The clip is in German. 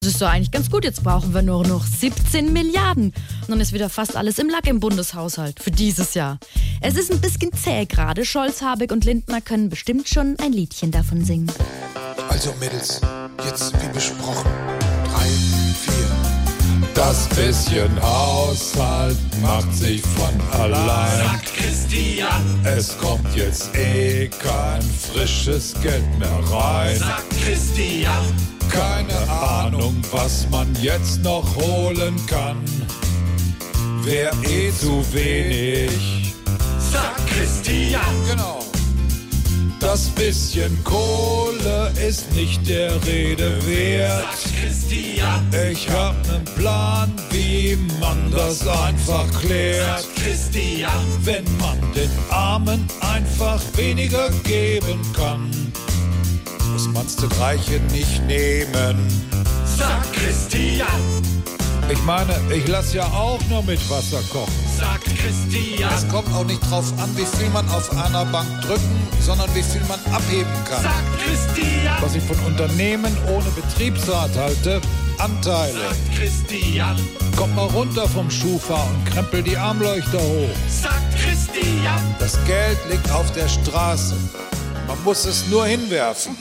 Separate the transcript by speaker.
Speaker 1: das ist doch eigentlich ganz gut. Jetzt brauchen wir nur noch 17 Milliarden. Und dann ist wieder fast alles im Lack im Bundeshaushalt für dieses Jahr. Es ist ein bisschen zäh gerade. Scholz, Habeck und Lindner können bestimmt schon ein Liedchen davon singen.
Speaker 2: Also Mädels, jetzt wie besprochen. Drei, vier. Das bisschen Haushalt macht sich von allein. Sagt Christian. Es kommt jetzt eh kein frisches Geld mehr rein. Sagt Christian. Keine Ahnung, was man jetzt noch holen kann. Wär eh zu wenig. Sagt Christian. Genau. Das bisschen Kohle ist nicht der Rede wert. Ich hab nen Plan, wie man das einfach klärt. Wenn man den Armen einfach weniger geben kann, muss man's den Reichen nicht nehmen.
Speaker 3: Sagt Christian,
Speaker 2: Ich meine, ich lass ja auch nur mit Wasser kochen.
Speaker 3: sagt Christian,
Speaker 4: Es kommt auch nicht drauf an, wie viel man auf einer Bank drücken, sondern wie viel man abheben kann.
Speaker 3: sagt Christian,
Speaker 2: Was ich von Unternehmen ohne Betriebsrat halte, Anteile.
Speaker 3: sagt Christian,
Speaker 2: Kommt mal runter vom Schufa und krempel die Armleuchter hoch.
Speaker 3: sagt Christian,
Speaker 2: Das Geld liegt auf der Straße. Man muss es nur hinwerfen.